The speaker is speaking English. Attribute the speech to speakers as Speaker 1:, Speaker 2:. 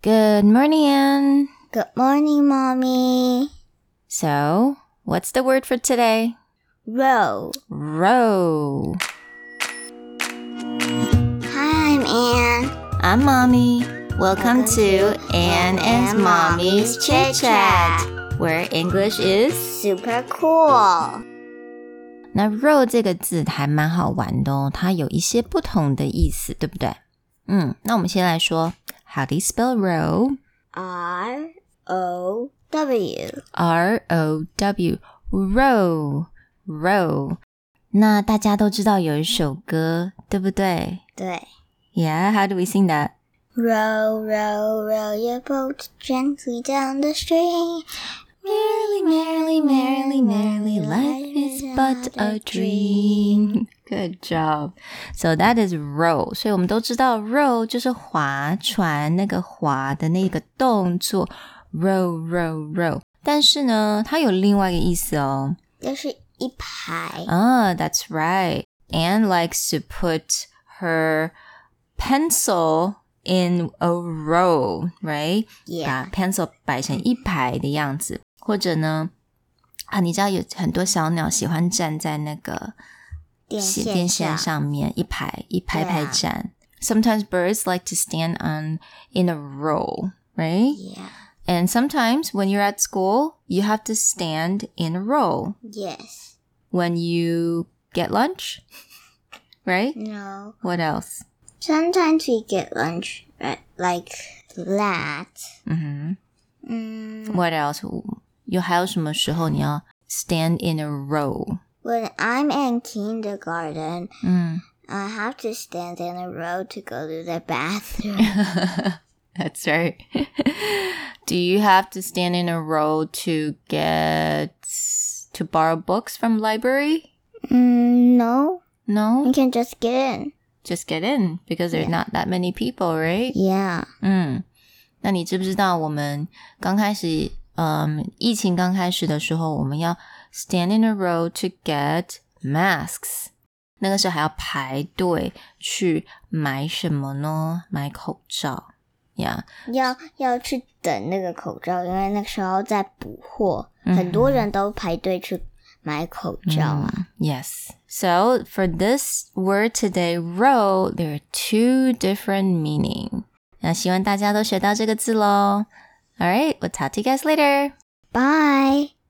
Speaker 1: Good morning, Anne.
Speaker 2: Good morning, mommy.
Speaker 1: So, what's the word for today?
Speaker 2: Row.
Speaker 1: Row.
Speaker 2: Hi, I'm Anne.
Speaker 1: I'm Mommy. Welcome,
Speaker 2: Welcome
Speaker 1: to
Speaker 2: to
Speaker 1: Anne and
Speaker 2: Anne
Speaker 1: Mommy's
Speaker 2: Mommy's
Speaker 1: Chit
Speaker 2: Chit
Speaker 1: Chat, where English is
Speaker 2: Super cool.
Speaker 1: 那 roll 这个字还蛮好玩的哦，它有一些不同的意思，对不对？嗯，那我们先来说，How do you spell roll?
Speaker 2: R O W.
Speaker 1: R O W roll roll。那大家都知道有一首歌，对不对
Speaker 2: 对。
Speaker 1: ？Yeah，how do we sing that?
Speaker 2: Row, row, row your boat gently down the stream.
Speaker 1: Merrily, merrily, merrily, merrily, life is but a dream. Good job. So that is row. 所以我们都知道 row 就是划船那个划的那个动作，row, row, row。但是呢，它有另外一个意思哦。
Speaker 2: 这是一排。
Speaker 1: Ah, that's right. Anne likes to put her pencil in a row, right?
Speaker 2: Yeah.
Speaker 1: 把 pencil 摆成一排的样子，或者呢，啊，你知道有很多小鸟喜欢站在那个
Speaker 2: 电线
Speaker 1: 电线
Speaker 2: 上。
Speaker 1: 上面一排一排排
Speaker 2: 对啊
Speaker 1: 站。Sometimes birds like to stand on in a row, right?
Speaker 2: Yeah.
Speaker 1: And sometimes when you're at school, you have to stand in a row
Speaker 2: Yes.
Speaker 1: when you get lunch, right?
Speaker 2: No.
Speaker 1: What else?
Speaker 2: Sometimes we get lunch right, like that.
Speaker 1: 嗯哼
Speaker 2: Mm,
Speaker 1: Mm-hmm. What else? 有还有什么时候你要 stand in a row？
Speaker 2: when I'm in kindergarten,
Speaker 1: 嗯。
Speaker 2: I have to stand in a row to go to the bathroom.
Speaker 1: That's right. Do you have to stand in a row to get to borrow books from library?
Speaker 2: mm, no, you
Speaker 1: No,
Speaker 2: can just get in.
Speaker 1: just get in because there's not that many people, right?
Speaker 2: Yeah.
Speaker 1: 嗯，那你知不知道我们刚开始，嗯，疫情刚开始的时候，我们要 stand in a row to get masks，那个时候还要排队去买什么呢？买口罩呀。
Speaker 2: 要要去等那个口罩，因为那个时候在补货，
Speaker 1: 嗯
Speaker 2: 很多人都排队去买口罩啊。
Speaker 1: Mm, Yes. So for this word today, row, there are two different meaning. 那希望大家都学到这个字喽。All right, we'll talk to you guys later.
Speaker 2: Bye.